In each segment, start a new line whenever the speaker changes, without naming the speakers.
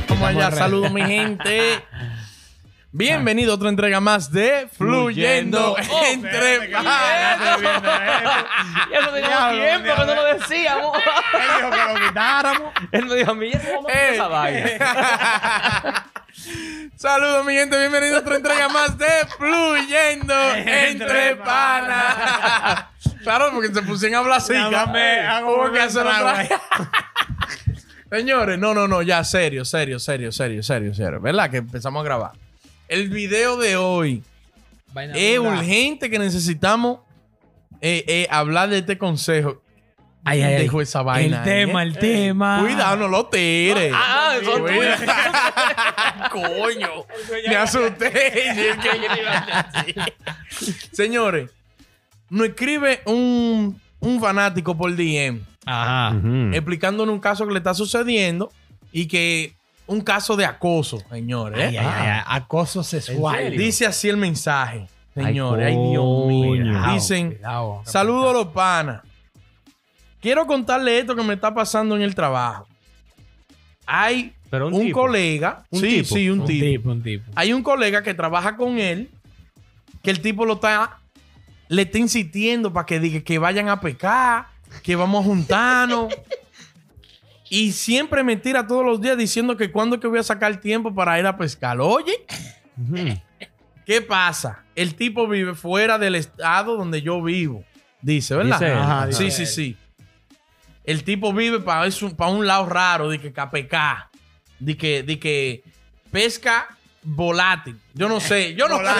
estamos allá. Saludos, mi gente. Bienvenido a otra entrega más de Fluyendo,
Fluyendo. Oh,
entre
espérate, que
Ah,
Panas.
Ya eso teníamos
Diablo,
tiempo que no
diablo.
lo decíamos.
Él dijo que lo quitáramos.
Él me dijo a mí, ya somos
Eh,
más de esa vaina.
Saludos, mi gente. Bienvenido a otra entrega más de Fluyendo entre
Entre
Panas. Claro, porque se pusieron a hablar así.
Nada más me
cabrón.
hago
Hubo
un
que hacer
trago
otra-
ahí.
Señores, no, no, no, ya, serio, serio, serio, serio, serio, serio. ¿Verdad? Que empezamos a grabar. El video de hoy
Vaina
es
dura.
urgente que necesitamos eh, eh, hablar de este consejo.
Ay, ay, ay.
Dejo esa vaina.
el
ahí,
tema,
¿eh?
el tema.
Cuidado, no lo tires.
Ah, son tuyos.
Cuida- Coño. Me asusté. Señores, nos escribe un, un fanático por DM
Ajá.
explicándonos un caso que le está sucediendo y que un caso de acoso, señores. ¿eh?
Ay, ay, ay, ay. Acoso sexual.
serio?
Dice así el mensaje, señores. Ay, Dios
coño.
mío.
Cuidado,
Dicen,
cuidado.
saludos a los panas. Quiero contarle esto que me está pasando en el trabajo. Hay
Pero
un,
un tipo.
colega.
Un
sí,
tipo.
sí, un,
Un
tipo.
tipo, un tipo.
Hay un colega que trabaja con él, que el tipo lo está, le está insistiendo para que diga que vayan a pecar, que vamos a juntarnos. y siempre me tira todos los días diciendo que cuándo que voy a sacar tiempo para ir a pescar. Oye, ¿qué pasa? El tipo vive fuera del estado donde yo vivo. Dice, ¿verdad?
Dice él.
Ajá,
sí,
dice
sí, sí. El tipo vive para un lado raro, de que capecar, de que, de que pesca volátil. Yo no sé, yo no sé.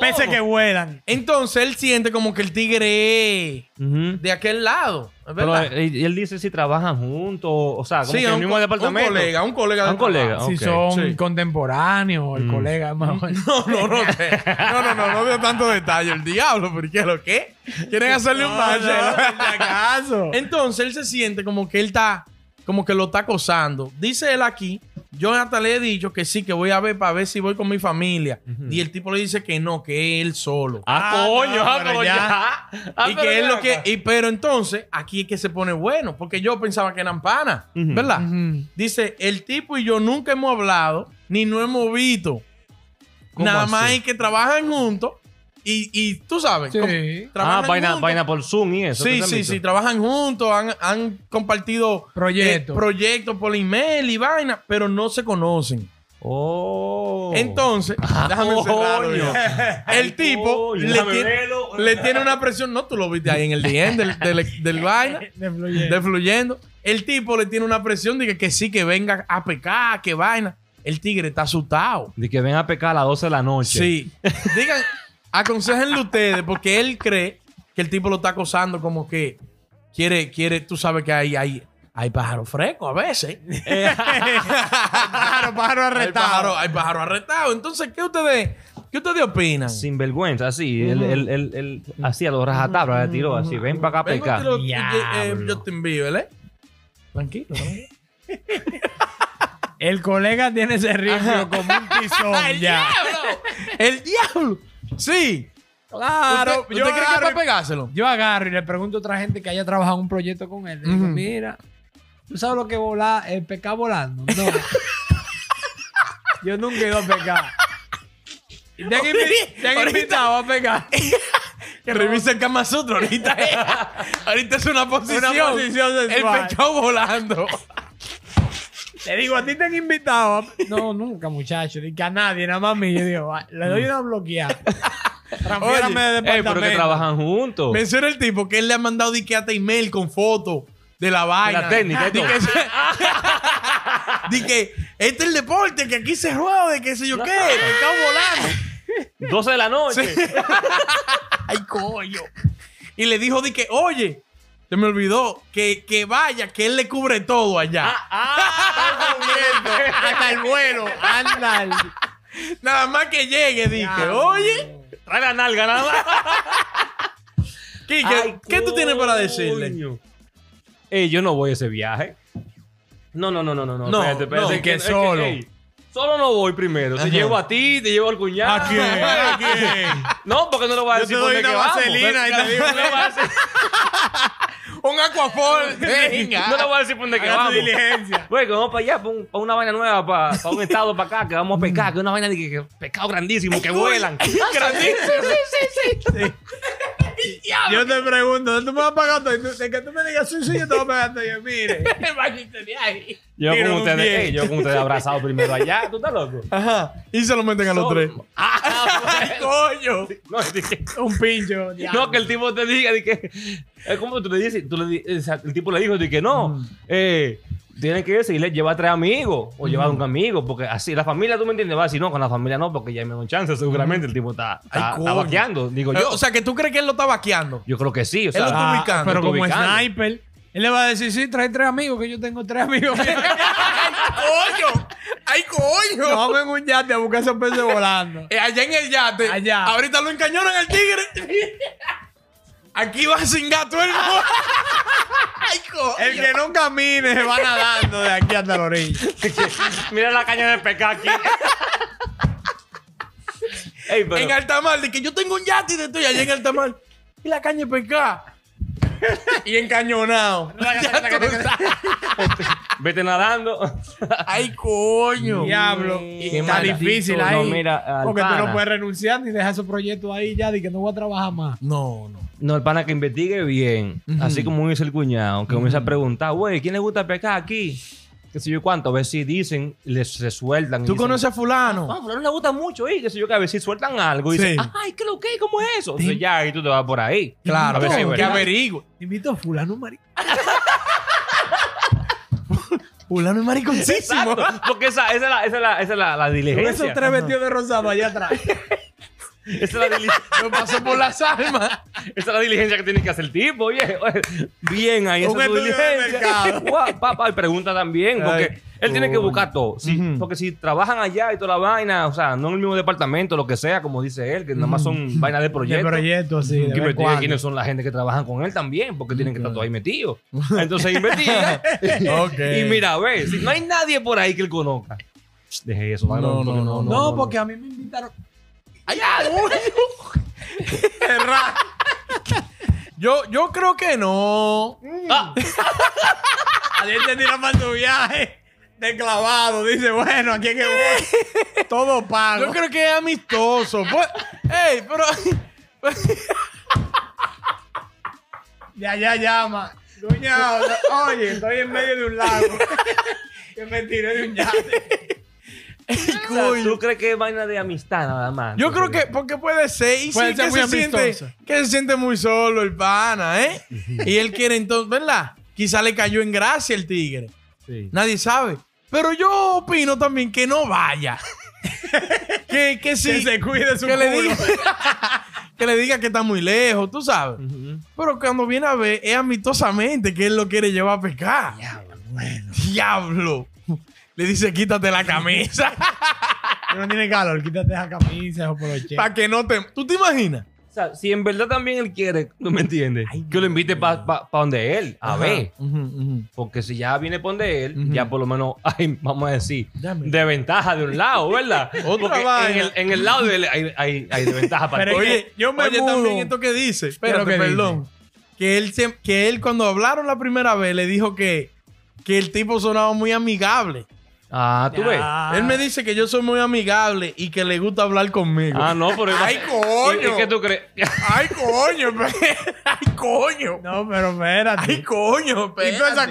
Pese que vuelan.
Entonces él siente como que el tigre es
Ujú.
de aquel lado, es
Pero
¿verdad?
eh, y él dice si trabajan juntos, o sea, como
Sí,
que en
un
el mismo
co-
departamento.
Un colega, un colega. de
Un colega.
Si
ok.
son
Sí. Mm.
contemporáneos, el colega, mejor.
No, no, no, te- no, no, no, no dio tanto detalle. El diablo, ¿por qué lo qué? ¿Quieren hacerle un bache?
este
acaso.
Entonces él se siente como que él está, como que lo está acosando. Dice él aquí, yo hasta le he dicho que sí, que voy a ver para ver si voy con mi familia. Y el tipo le dice que no, que él solo.
Ah,
Ah,
coño,
no,
ah,
pero
pero
ya.
ya. Ah,
y
pero
que es
ya.
lo que. Y, pero entonces, aquí es que se pone bueno, porque yo pensaba que eran panas,
Ujú.
¿verdad?
Ujú.
Dice, el tipo y yo nunca hemos hablado, ni no hemos visto.
¿Cómo
Nada
así?
más es que trabajan juntos y, y tú sabes.
Sí.
como-
Ah,
trabajan
vaina,
juntos.
vaina por Zoom y eso.
Sí,
¿tú te has
sí,
visto?
sí, trabajan juntos, han, han compartido
Proyectos.
eh, proyectos por email y vaina, pero no se conocen.
Oh.
Entonces, déjame encerrarlo
coño.
ya.
Ay,
El tipo
coño,
le
déjame
tiene,
verlo.
le tiene una presión. No, tú lo viste ahí en el DM del, del- del vaina,
De fluyendo.
de fluyendo. El tipo le tiene una presión de que, que sí, que venga a pecar, que vaina. El tigre está asustado.
De que ven a pecar a las 12 de la noche.
Sí. Digan, aconsejenle ustedes, porque él cree que el tipo lo está acosando como que quiere, quiere, tú sabes que hay, hay, hay pájaros frescos a veces.
Pájaro, pájaro
Hay
arrestado.
pájaros, hay pájaros arrestados. Entonces, ¿qué ustedes, qué ustedes opinan?
Sin vergüenza, así. Él, él, él, él- así a los rajatabras le tiró así. Ven para acá a
Vengo y te
pecar.
lo- eh,
Diablo.
yo te envío, ¿verdad? Tranquilo, tranquilo.
El colega tiene ese
Pero
ritmo.
como un pisón ya.
¡El diablo! Sí.
Ah,
Claro.
¿Usted,
yo,
usted cree que es
agarro,
para pegárselo?
yo agarro y le pregunto a otra gente que haya trabajado en un proyecto con él. Le digo,
Ujú.
mira, ¿tú sabes lo que es volar, el pecar volando? No. yo nunca he ido a pecar. Y Te han invi- te han
Ahorita-
invitado a pecar.
Que revise el Kama Sutra ahorita. ahorita es una posición.
posición sexual.
El pechón volando.
Te digo, a ti te han invitado. No, nunca, muchacho. Ni que a nadie, nada más a mí. Yo digo, "Ah, le doy una bloqueada.
Transfiérame de
Ey, pero que
departamento.
trabajan juntos.
Menciona el tipo que él le ha mandado dique hasta email con fotos de la vaina. Ah,
La técnica y
Di
todo.
que, di que este es el deporte, que aquí se juega de qué sé yo qué. que está volando.
12 de la noche.
Ay, coño. Y le dijo de que, oye, se me olvidó, que, que vaya, que él le cubre todo allá.
Ah,
Hasta el vuelo.
Ándale.
Nada más que llegue, dije, oye,
Trae la nalga nada más.
Quique,
Ay,
¿qué tú tienes para decirle?
coño. Ey, yo no voy a ese viaje. No, no, no, no, no.
No,
espérate, espérate,
no,
es
que
es
solo.
ey, solo no voy primero. Te
Ajá.
llevo a ti, te llevo al cuñado.
¿A quién? ¿A quién?
No, porque no lo voy
Yo
a decir
te
por
doy una
dónde que vamos.
vaselina y te digo-
No le voy a decir-
Un aquafor.
No le voy a
Ah,
decir por dónde que
Haga
vamos.
tu diligencia.
Güey, que vamos para allá, para, un- para una vaina nueva, para, para un estado para acá, que vamos a pescar, que una vaina de que, que pescado grandísimo, que vuelan.
Ah,
Grandísimo.
Yo te pregunto, ¿tú me vas a pagar todo? Y tú- De que tú me digas, sí, sí, yo te voy a pagar todo. Y Yo, mire.
Yo
Tiro
con
de un
ustedes,
pie.
ey, yo con ustedes abrazado primero allá, ¿tú estás loco? ah,
Ajá. Y se lo meten a los tres.
Coño.
No, es que-
Un pincho. diablo.
no, que el tipo te diga, de que, es como tú le dices, tú le di- o sea, el tipo le dijo, de que no, eh, tienen que irse y le lleva a tres amigos o lleva a un amigo, porque así, la familia, tú me entiendes, va, si no, con la familia no, porque ya hay menos chance, seguramente el tipo está, está,
Ay,
está
coño.
vaqueando, digo
Eh,
yo.
O sea, que tú crees que él lo está vaqueando.
yo creo que sí, o
él lo
sea,
está
Ah,
ubicando.
Pero
tú
como
ubicando.
sniper, él le va a decir, sí, trae tres amigos, que yo tengo tres amigos.
¡Coño! ¡Ay, coño!
Nos vamos en un yate a buscar esos peces volando.
Eh, allá en el yate.
Allá.
Ahorita lo encañonan al tigre. Aquí va sin gato el mundo. Ay, coño.
El que no camine se va nadando de aquí hasta la orilla.
Mira la caña de pescar aquí. Ey, pero-
En alta mar, de que yo tengo un yate y de estoy allá en alta mar. Y la caña de pescar. y encañonado. Ya tú sabes.
vete nadando.
Ay, coño.
Diablo.
Qué
está
maldito.
difícil ahí.
No, mira, al
porque tú
pana.
no puedes renunciar ni dejar esos proyectos ahí ya, de que no voy a trabajar más.
No, no.
No, el pana que investigue bien. Así como dice el cuñado, que comienza a preguntar, güey, ¿quién le gusta pescar aquí? Qué sé yo cuánto. A ver si dicen, les, se sueltan. y
¿Tú
dicen,
conoces a fulano?
Ah, fulano le gusta mucho, y qué sé yo, que a ver si sueltan algo. Y
Sí.
dicen, ay, ¿qué lo que? ¿Cómo es eso? Entonces ya, ahí tú te vas por ahí.
Claro,
A ver si es
que
verdad.
averigüe.
Te invito a fulano, marico.
Fulano es mariconcísimo.
Exacto, Porque esa, esa es la, esa es la, esa es la, la
Con
diligencia.
esos tres vestidos de rosado allá atrás.
Esa es la diligencia.
Lo pasó por las almas.
Esa es la diligencia que tiene que hacer el tipo, oye. oye. Bien, ahí esa
Un
es tu
estudio de
diligencia. Guau, Papá, y pregunta también, porque
Ay,
él tiene que
coño.
buscar todo. Sí,
Ujú.
Porque si trabajan allá y toda la vaina, o sea, no en el mismo departamento, lo que sea, como dice él, que nada más son vainas de
De
proyecto.
proyecto, así.
Hay
De
que
vez en
investigar
cuando.
quiénes son la gente que trabajan con él también, porque tienen que estar todos ahí metidos. Entonces investiga.
Ok.
Y mira, a ver, si no hay nadie por ahí que él conozca. Psh, Deje eso,
No,
varón,
no,
porque
no,
no, porque a mí me invitaron.
Yo, yo creo que no.
Ah,
Ayer te tiran para tu viaje. De clavado. Dice, bueno, aquí es que voy. Todo pago.
Yo creo que es amistoso. Pues, ey, pero.
Ya, ya llama. Cuñado, oye, estoy en medio de un lago. que me tiré de un yate.
o sea, ¿Tú crees que es vaina de amistad nada más?
Yo creo
Entonces,
que porque puede ser y
Puede
sí
ser
que
muy
se, siente,
amistoso.
que se siente muy solo el pana, ¿eh? y él quiere entonces, ¿verdad? Quizá le cayó en gracia el tigre.
sí.
Nadie sabe. Pero yo opino también que no vaya. que, que sí.
Que se cuide su
que le
culo.
diga que le diga que está muy lejos, tú sabes.
Ujú.
Pero cuando viene a ver, es amistosamente que él lo quiere llevar a pescar. Diablo. Le dice, quítate la camisa
No tiene calor, quítate esa camisa o por los
para que no te... ¿Tú te imaginas?
O sea, si en verdad también él quiere, ¿no me entiendes? que lo invite para pa, pa donde él, a
Ajá.
ver.
Ujú, ujú.
Porque si ya viene para donde él,
Ujú.
ya por lo menos hay, vamos a decir,
Dame.
de ventaja de un lado, ¿verdad?
Otra
Porque en
vaina.
el, en el lado de él hay, hay, hay desventaja para
Pero
él.
es
Oye, yo me oye
mudo.
también esto que dice. Espérate,
que dice?
perdón. Que él, se- que él cuando hablaron la primera vez le dijo que, que el tipo sonaba muy amigable.
Ah, tú ves.
Él me dice que yo soy muy amigable y que le gusta hablar conmigo.
Ah, no, pero.
¡Ay,
¿Y- y
coño!
qué tú crees?
¡Ay, coño! espera. ¡Ay, coño!
No, pero espérate.
¡Ay, coño!
y toda esa
espérate.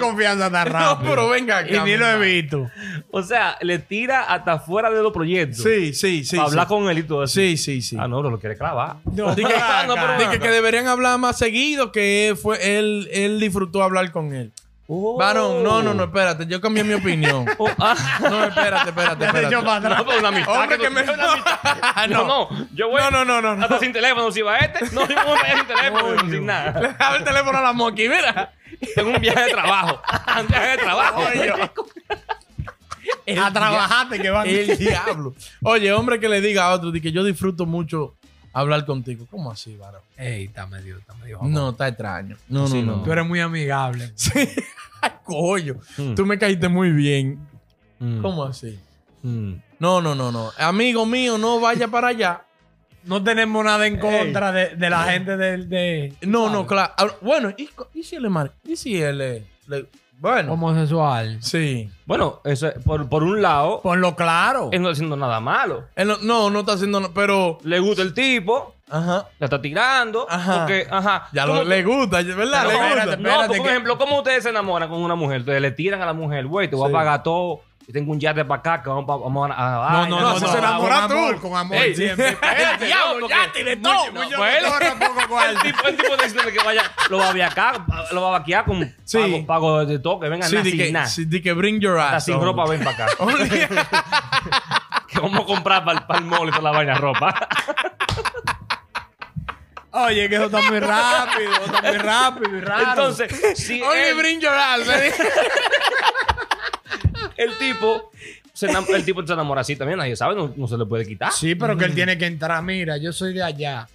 confianza tan
no,
rápido.
pero venga acá.
y ni
mi
lo he
hermano.
visto.
o sea, le tira hasta fuera de los proyectos.
Sí, sí, sí.
Para hablar
sí.
con él y todo eso.
Sí, sí, sí.
Ah, no, no lo quiere clavar.
No,
Dije,
Ah, no, pero-
dije que deberían hablar más seguido, que fue él, él disfrutó hablar con él.
Oh.
Varón, no, no, no, espérate, yo cambié mi opinión.
Oh, ah.
No, espérate, espérate,
te echó
espérate.
para atrás.
No, pero una amistad.
Hombre,
tú-
que me-
una amistad. No, no, yo voy.
No, no, no, no, no.
Hasta sin teléfono, si va este, no, yo me voy a ir sin teléfono, sin nada.
Le daba el teléfono a la moqui, mira.
Tengo un viaje de trabajo. un viaje de trabajo.
A trabajarte que van.
El diablo. Oye, hombre que le diga a otro, de que yo disfruto mucho hablar contigo. ¿Cómo así, varón?
Ey, está medio, está medio.
No, está extraño. No,
Así
no,
no.
no.
Tú eres muy amigable.
Sí. Ay, coño.
Mm.
Tú me caíste muy bien.
Mm,
¿Cómo así?
mm.
No, no, no, no. Amigo mío, no vaya para allá.
No tenemos nada en contra de, de la gente del. De,
No, no, claro. Ahora, Bueno, ¿y, co- y si él es mar- ¿Y si él es- le- Bueno.
homosexual.
Sí.
Bueno, eso es- por, por un lado,
Ponlo claro.
él no está haciendo nada malo.
Él no, no, no está haciendo... nada, Pero...
Le gusta el tipo,
Ajá.
la está tirando.
Ajá.
Porque, ajá.
Ya
¿Cómo
lo,
tú-
le gusta, ¿verdad?
No,
le gusta.
espérate, espérate, no, por ejemplo, ¿cómo ustedes se enamoran con una mujer? Ustedes le tiran a la mujer, güey, te voy
Sí.
a pagar todo. Yo tengo un yate para acá, que vamos, pa- vamos a, a-
No,
ay,
no,
a-
no,
a-
eso
con
se enamora
amor,
tú.
Con amor,
Ey,
siempre.
espérate, no, pues porque-
pues,
todo.
Mucho- bueno. El tipo, el tipo está diciendo que vaya, lo va a vaquear, lo va a vaquear con
Sí.
pago, pago de toque, venga,
Sí,
nada,
di
sin
que,
nada.
sí, di que bring your
Hasta
ass.
sin
hombre.
ropa, ven para acá. que vamos a comprar para el mall y toda la vaina ropa.
Oye, que eso está muy rápido. Está muy rápido y raro.
Entonces, si
Only
él-
bring your ass. ¿eh?
el tipo se enam- el tipo se enamora así también, nadie sabe, no, no se le puede quitar.
Sí, pero que él tiene que entrar. Mira, yo soy de allá.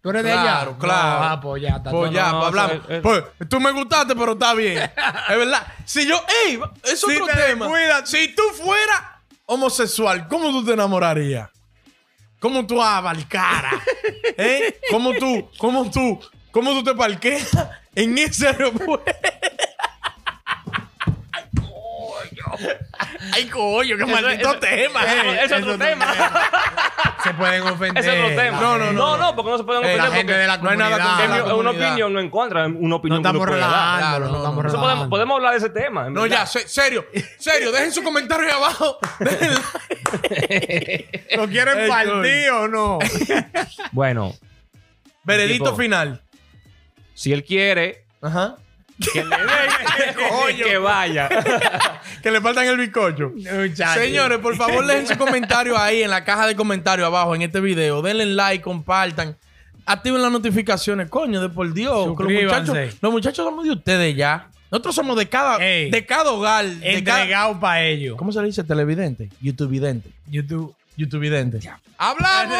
¿Tú eres de allá?
Claro, claro.
No, ah, pues ya está.
Pues
todo-
ya,
no,
pues hablamos.
eso es- es-
Pues, tú me gustaste, pero está bien. Es verdad. Si yo, ey, es
Si
otro
te
tema.
descuidas-
Si tú fueras homosexual, ¿cómo tú te enamorarías? ¿Cómo tú abarcaras? ¿Eh? ¿Cómo tú, cómo tú, cómo tú te parqueas en ese aeropuerto?
Ay, coño, qué maldito
eso-
tema.
Ey, es
eh.
otro tema.
Se pueden ofender.
Ese es otro tema.
No, no, no,
No,
no.
porque no se pueden
Eh,
ofender
La
Porque
gente de la
no hay nada
comunidad.
con
porque
que la
es mi- una
comunidad.
opinión no en contra, es una
No
opinión que
estamos
uno puede dar.
Claro,
relajando.
no,
No estamos
no.
Eso podemos,
relajando.
podemos hablar de ese tema. en
No,
verdad.
ya, se- serio, serio, dejen su comentario ahí abajo. Dejen
¿Lo quieren
Ey,
partir o no?
Bueno,
Veredito
Tipo-
final.
si él quiere,
Ajá.
que le den que vaya.
Que le faltan el bizcocho.
Muchachos.
Señores, por favor, dejen su comentario ahí en la caja de comentarios abajo en este video. Denle like, compartan. Activen las notificaciones, coño, de por Dios. que Los
Suscríbanse.
muchachos, los muchachos somos de ustedes ya. Nosotros somos de cada,
Ey.
de cada hogar. De cada,
entregado para ellos.
¿Cómo se le dice? Televidente. YouTube vidente.
YouTube.
YouTube vidente. ¡Hablamos!